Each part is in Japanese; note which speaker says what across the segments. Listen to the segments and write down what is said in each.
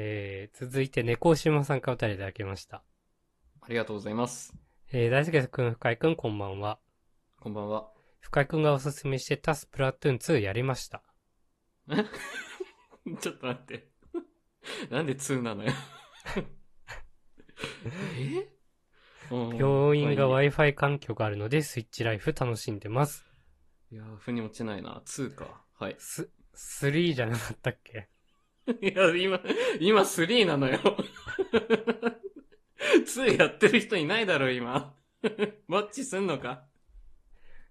Speaker 1: えー、続いて猫島さんからお便りいただきました。
Speaker 2: ありがとうございます。
Speaker 1: えー、大輔くん、深井くん、こんばんは。
Speaker 2: こんばんは。
Speaker 1: 深井くんがおすすめしてたスプラトゥーン2やりました。
Speaker 2: ちょっと待って。なんで2なのよ。 えうん
Speaker 1: 病院が
Speaker 2: まあい
Speaker 1: Wi-Fi 環境があるので、スイッチライフ楽しんでます。
Speaker 2: いいやー、腑に落ちないな。2か。はい。
Speaker 1: す、3じゃなかったっけ
Speaker 2: いや、今、今3なのよ。2やってる人いないだろ、今。 マッチすんのか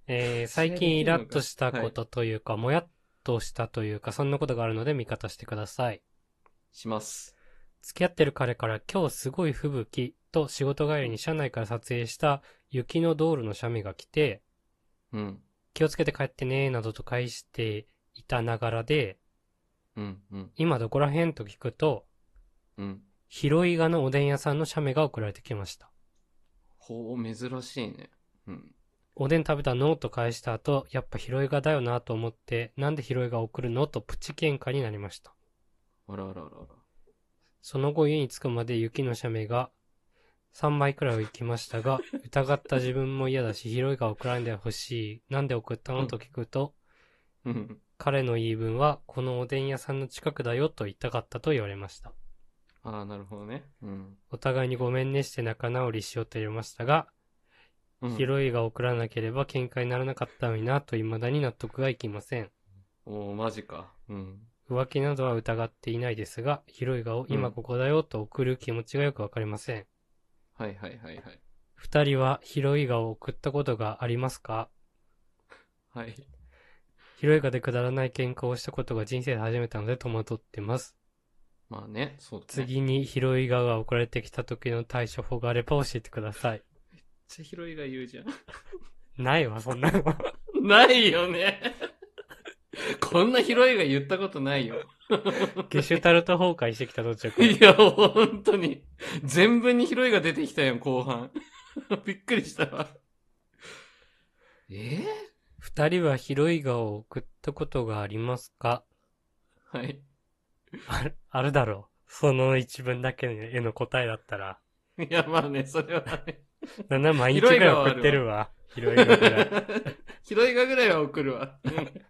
Speaker 1: えー、最近イラッとしたことというか、もやっとしたというか、そんなことがあるので味方してください。
Speaker 2: します。
Speaker 1: 付き合ってる彼から今日すごい吹雪と仕事帰りに車内から撮影した雪の道路の斜面が来て、
Speaker 2: うん。
Speaker 1: 気をつけて帰ってねーなどと返していたながらで、
Speaker 2: うん、うん、
Speaker 1: 今どこら辺と聞くと、
Speaker 2: うん。
Speaker 1: 広いがのおでん屋さんの写メが送られてきました。
Speaker 2: ほう、珍しいね。うん。
Speaker 1: おでん食べたのと返した後、やっぱ広いがだよなと思って、なんで広いが送るのとプチ喧嘩になりました。
Speaker 2: あらあらあらあら。
Speaker 1: その後家に着くまで雪の写メが3枚くらいは行きましたが、疑った自分も嫌だし、広いが送らんでほしい。なんで送ったのと聞くと、
Speaker 2: うん。
Speaker 1: 彼の言い分は、このおでん屋さんの近くだよと言いたかったと言われました。
Speaker 2: ああ、なるほどね。うん。
Speaker 1: お互いにごめんねして仲直りしようと言いましたが、
Speaker 2: うん
Speaker 1: ヒロイが送らなければ喧嘩にならなかったのになと未だに納得がいきません。
Speaker 2: おー、マジか。うん。
Speaker 1: 浮気などは疑っていないですが、ヒロイがを今ここだよと送る気持ちがよくわかりません。
Speaker 2: はいはいはいはい。
Speaker 1: 二人はヒロイガを送ったことがありますか
Speaker 2: はい。
Speaker 1: ヒロイガでくだらない喧嘩をしたことが人生で初めてなので戸惑ってます。
Speaker 2: まあね、そうだね。めっ
Speaker 1: 次にヒロイガが送られてきた時の対処法があれば教えてください。
Speaker 2: ちゃ広いが言うじゃん。
Speaker 1: ないわ、そんな の。
Speaker 2: ないよね。こんな広いが言ったこと ないよ。
Speaker 1: ゲシュタルト崩壊してきた途中から
Speaker 2: いや、本当に。全文に広いが出てきたよ、後半。 びっくりしたわ。え
Speaker 1: 二人はヒロイガを送ったことがありますか
Speaker 2: ー、はい。
Speaker 1: ある、あるだろう。その一文だけへの答えだったら、
Speaker 2: いや、まあね、それはね。
Speaker 1: 7毎日ぐらい送ってる わ。広いがぐらい。
Speaker 2: 広いがぐらいは送るわ。うん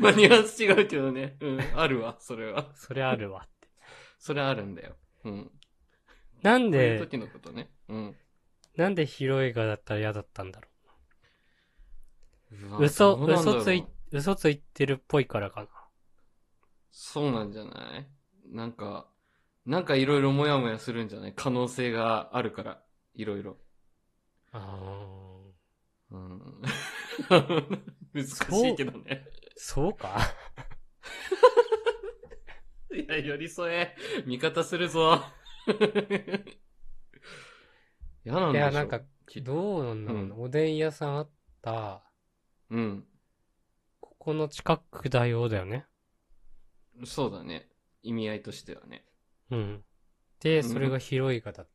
Speaker 2: まあ、ニュアンス違うけどね。うん、あるわ、それは。
Speaker 1: それあるわって。
Speaker 2: それはあるんだよ。うん。
Speaker 1: なん
Speaker 2: そうい
Speaker 1: で、
Speaker 2: う時のことね。うん。
Speaker 1: なんで広いがだったら嫌だったんだろ
Speaker 2: うわ
Speaker 1: う。嘘、
Speaker 2: どうなんだろう
Speaker 1: 嘘つい、嘘ついてるっぽいからかな。
Speaker 2: そうなんじゃないなんか、なんかいろいろモヤモヤするんじゃない可能性があるから、いろいろ。
Speaker 1: あ
Speaker 2: うん 難しいけどね。
Speaker 1: ーそうか
Speaker 2: いや、寄り添え。味方するぞ。 嫌なん
Speaker 1: い
Speaker 2: でしょ
Speaker 1: や、なんか、
Speaker 2: き
Speaker 1: どうなんだろうな。おでん屋さんあった、
Speaker 2: うん。
Speaker 1: ここの近くだよだよね。
Speaker 2: そうだね。意味合いとしてはね。
Speaker 1: うん。で、それが広いがだっ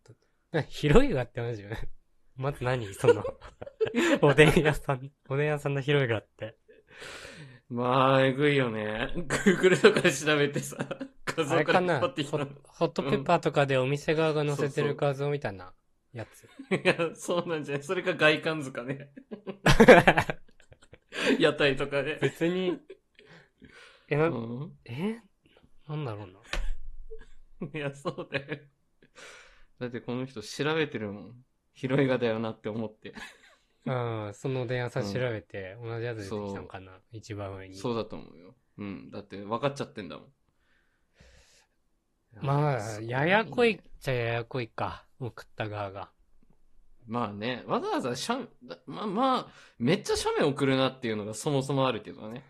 Speaker 1: た。な広い がってマジよね。まず何そ の、おでん屋さん、おでん屋さんの広いがって。
Speaker 2: まあ、えぐいよね。Google とかで調べてさ、画
Speaker 1: あれ
Speaker 2: 像か
Speaker 1: から
Speaker 2: 引
Speaker 1: な
Speaker 2: っ張ってき
Speaker 1: ホ
Speaker 2: たの
Speaker 1: ッ。ホットペッパーとかでお店側が載せて
Speaker 2: そうそ
Speaker 1: る
Speaker 2: う
Speaker 1: 画像みたいなや つ。
Speaker 2: いや、そうなんじゃないそれか外観図かね。 屋台とかで。
Speaker 1: 別に、え、
Speaker 2: う
Speaker 1: な、
Speaker 2: ん。
Speaker 1: えなんだろうな。
Speaker 2: いや、そうだよ。だってこの人調べてるもん。広いがだよなって思って。
Speaker 1: ああ、そのおでん屋さん調べて、同じやつ出てきたのかな、一番上に。
Speaker 2: そうだと思うよ。うん。だって分かっちゃってんだもん。
Speaker 1: まあ、ややこいっ
Speaker 2: ね。
Speaker 1: ちゃややこいか。送った側が。
Speaker 2: まあね、わざわざ写メ、まあまあ、めっちゃ写メ送るなっていうのがそもそもあるけど ね。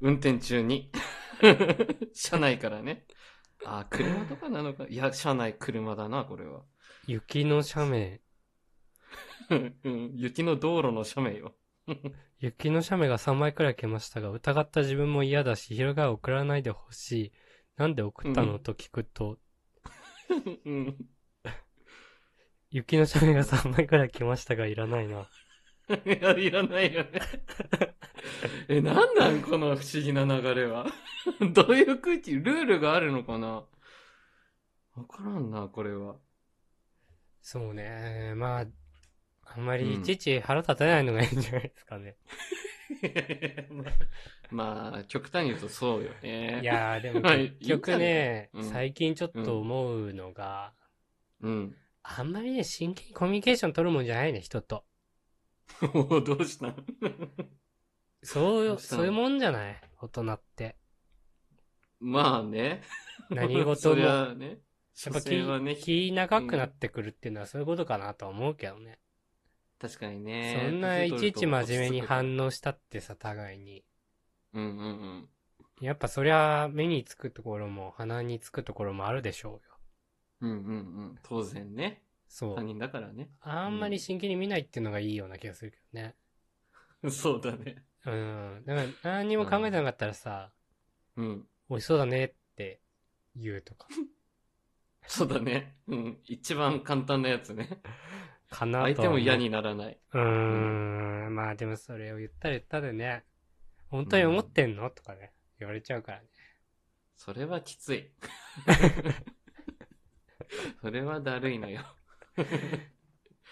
Speaker 2: 運転中に。 車内からね。あー、車とかなのか。いや、車内車だな、これは。
Speaker 1: 雪の斜面。
Speaker 2: うん雪の道路の斜面よ。
Speaker 1: 雪の斜面が3枚くらい来ましたが、疑った自分も嫌だし、広が送らないでほしい。なんで送ったの、
Speaker 2: うん
Speaker 1: と聞くと、
Speaker 2: うん
Speaker 1: 雪の斜面が3枚くらい来ましたが、いらないな。
Speaker 2: いや、いらないよね。 え、なんなんこの不思議な流れは。 どういう空気、ルールがあるのかなわからんな、これは。
Speaker 1: そうね。まあ、あんまりいちいち腹立てないのがいいんじゃないですかね。
Speaker 2: まあ、極端に言うとそうよね。
Speaker 1: いやー、でも
Speaker 2: まあいいん
Speaker 1: 結局ね、
Speaker 2: じゃないうん
Speaker 1: 最近ちょっと思うのが、
Speaker 2: うん。
Speaker 1: あんまりね、真剣にコミュニケーション取るもんじゃないね、人と。
Speaker 2: おどうしたん
Speaker 1: そう
Speaker 2: ど
Speaker 1: よ、
Speaker 2: うした
Speaker 1: そ
Speaker 2: の
Speaker 1: ういうもんじゃない大人って。
Speaker 2: まあね。
Speaker 1: 何事
Speaker 2: そ
Speaker 1: も。
Speaker 2: り
Speaker 1: やっ
Speaker 2: ゃね。
Speaker 1: ぱ気
Speaker 2: 所詮はね、
Speaker 1: 気長くなってくるっていうのはそういうことかなとは思うけどね。
Speaker 2: 確かにね。
Speaker 1: そんないちいち真面目に
Speaker 2: 応。
Speaker 1: 反応したってさ、互いに。
Speaker 2: うんうんうん。
Speaker 1: やっぱそりゃ、目につくところも、鼻につくところもあるでしょうよ。
Speaker 2: うんうんうん。当然ね。
Speaker 1: そ
Speaker 2: 他
Speaker 1: う。
Speaker 2: 人だからね。
Speaker 1: あんまり真剣に見ないっていうのがいいような気がするけどね。
Speaker 2: そうだね。
Speaker 1: うん。だから、何にも考えてなかったらさ、
Speaker 2: うん。
Speaker 1: 美味しそうだねって言うとか、
Speaker 2: そうだね。うん。一番簡単なやつね。
Speaker 1: かなとは思う。
Speaker 2: 相手も嫌にならない。
Speaker 1: うーん、まあでもそれを言ったら言ったでね、本当に思ってんの、とかね、言われちゃうからね。
Speaker 2: それはきつ い。それはだるいのよ。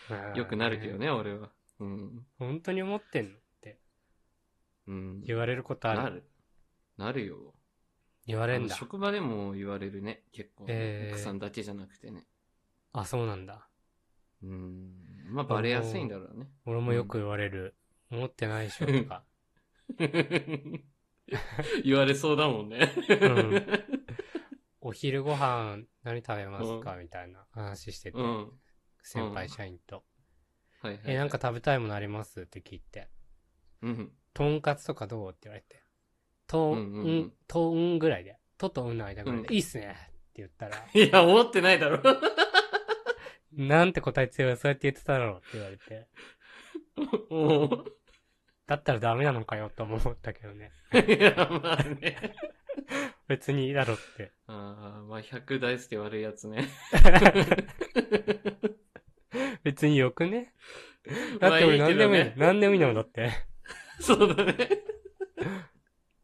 Speaker 1: まあ
Speaker 2: よくなるけど。ね、俺は。うん。
Speaker 1: 本当に思ってんのって
Speaker 2: うん。
Speaker 1: 言われることあ
Speaker 2: な
Speaker 1: る。
Speaker 2: る。なるよ。
Speaker 1: 言われん
Speaker 2: あの
Speaker 1: だ。
Speaker 2: 職場でも言われるね、結構、
Speaker 1: えー
Speaker 2: 奥さんだけじゃなくてね。
Speaker 1: あ、そうなんだ。
Speaker 2: うん。まあ、バレやすいんだろ うね。
Speaker 1: 俺もよく言われる。思ってないでしょ、とか。
Speaker 2: 言われそうだもんね。
Speaker 1: んお昼ご飯何食べますか、みたいな話してて、
Speaker 2: うん。
Speaker 1: 先輩社員と。
Speaker 2: はいはい。
Speaker 1: え、なんか、食べたいものありますって聞いて。
Speaker 2: うん。
Speaker 1: とんかつとかどうって言われて。とん、
Speaker 2: うんうんうん
Speaker 1: とんぐらいで。ととんの間ぐらいで。
Speaker 2: うん
Speaker 1: いいっすねって言ったら、
Speaker 2: いや、思ってないだろ。
Speaker 1: なんて答え強い、そうやって言ってただろうって言われて。
Speaker 2: もう。
Speaker 1: だったらダメなのかよと思ったけどね。
Speaker 2: いや、まあね。
Speaker 1: 別にいいだろうって。
Speaker 2: ああ、まあ、100大好き悪いや つね。
Speaker 1: 別によくねだって俺何でもいい。何でもいいんだもんだ
Speaker 2: だ
Speaker 1: って。
Speaker 2: そうだね。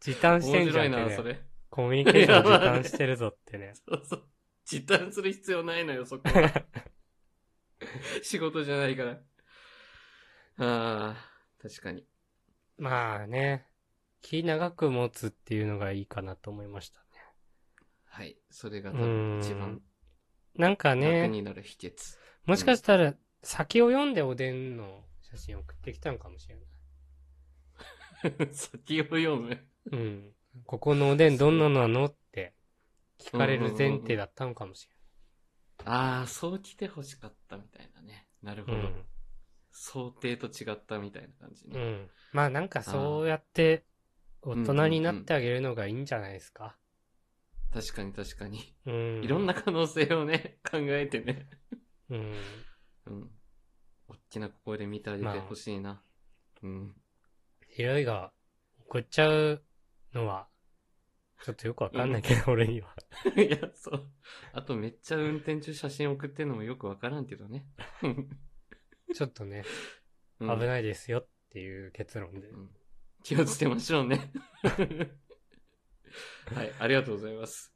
Speaker 1: 時短
Speaker 2: 面
Speaker 1: してんじ
Speaker 2: 白
Speaker 1: ゃ
Speaker 2: い
Speaker 1: んって、
Speaker 2: な、
Speaker 1: ね
Speaker 2: そ。れ。
Speaker 1: コミュニケーション時短してるぞってね。
Speaker 2: そうそう。時短する必要ないのよ、そこは。仕事じゃないから。ああ、確かに。
Speaker 1: まあね。気長く持つっていうのがいいかなと思いましたね。
Speaker 2: はい。それが多分一番
Speaker 1: なんか
Speaker 2: 楽
Speaker 1: ね、
Speaker 2: になる秘訣。
Speaker 1: もしかしたら先を読んでおでんの写真送ってきたのかもしれない。
Speaker 2: 先を読む。
Speaker 1: うん。ここのおでんどんなのなのって聞かれる前提だったのかもし
Speaker 2: ああ、そう来て欲しかったみたいなね。なるほ
Speaker 1: れ
Speaker 2: ど。
Speaker 1: ない。
Speaker 2: 想定と違ったみたいな感じ
Speaker 1: うん。う
Speaker 2: ね。
Speaker 1: ん。まあなんかそうやって大人になってあげるのがいいんじゃないですか。
Speaker 2: 確かに確かに。
Speaker 1: うん。
Speaker 2: いろんな。可能性をね、 考えてね。
Speaker 1: うん。
Speaker 2: うん。大きな声で見てあげてほしいな。うん。
Speaker 1: ひろいが送っちゃうのは、ちょっとよくわかんないけど、俺には。
Speaker 2: いや、そう。あとめっちゃ運転中写真送ってんのもよくわからんけどね。
Speaker 1: ちょっとね、
Speaker 2: う
Speaker 1: 危
Speaker 2: ん
Speaker 1: ないですよっていう結論で。
Speaker 2: 気をつけましょうね。はい、ありがとうございます。